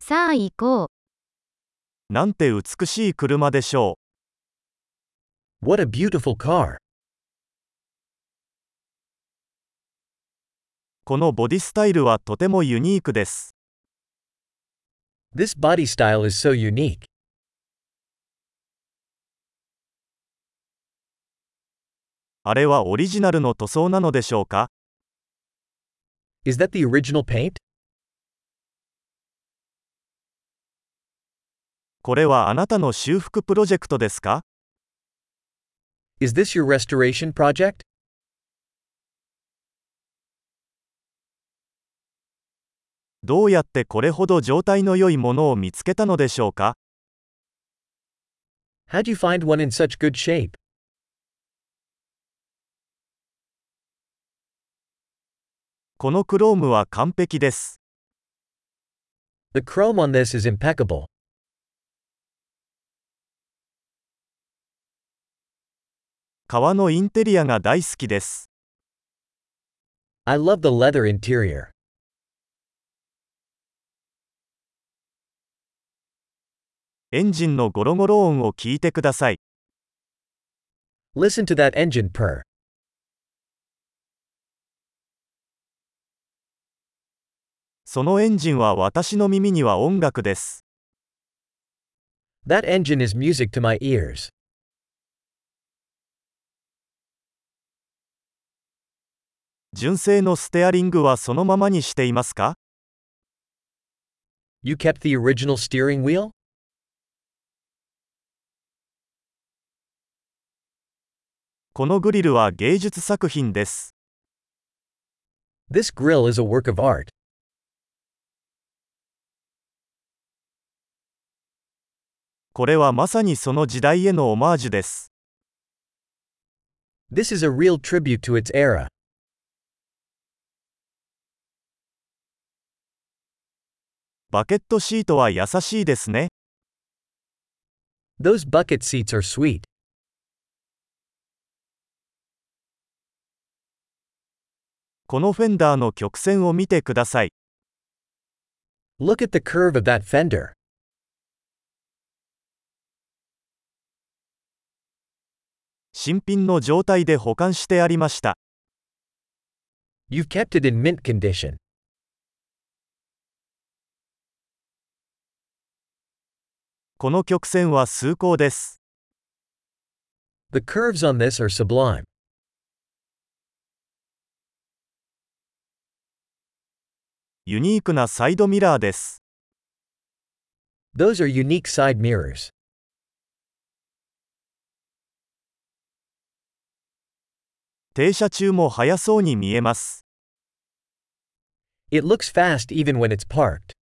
さあ行こう。なんて美しい車でしょ What a beautiful car! う。このボディスタイルはとてもユニークです。 This body style is so unique. あれはオリジナルの塗装なのでしょうか Is that the original paint? これはあなたの修復プロジェクトですか Is this your restoration project? どうやってこれほど状態の良いものを見つけたのでしょうか How'd you find one in such good shape? このクロームは完璧です。 The chrome on this is impeccable. 革のインテリアが大好きです。 I love the leather interior. エンジンのゴロゴロ音を聞いてください。 Listen to that engine purr. そのエンジンは私の耳には音楽です。 That engine is music to my ears. 純正のステアリングはそのままにしていますか You kept the original steering wheel? このグリルは芸術作品です。 This grill is a work of art. これはまさにその時代へのオマージュです。 This is a real tribute to its era. バケットシートは優しいですね。 Those bucket seats are sweet. このフェンダーの曲線を見てください。 Look at the curve of that fender. 新品の状態で保管してありました。 You've kept it in mint condition. この曲線は崇高です。 The curves on this are sublime. ユニークなサイドミラーです。 Those are unique side mirrors. 停車中も速そうに見えます。 It looks fast even when it's parked.